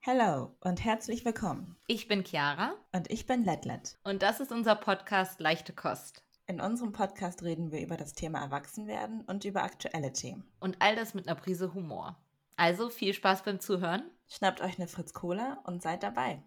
Hello und herzlich willkommen. Ich bin Chiara Und ich bin Letlet. und das ist unser Podcast Leichte Kost. In unserem Podcast reden wir über das Thema Erwachsenwerden und über aktuelle Themen. Und all das mit einer Prise Humor. Also viel Spaß beim Zuhören. Schnappt euch eine Fritz Cola und seid dabei.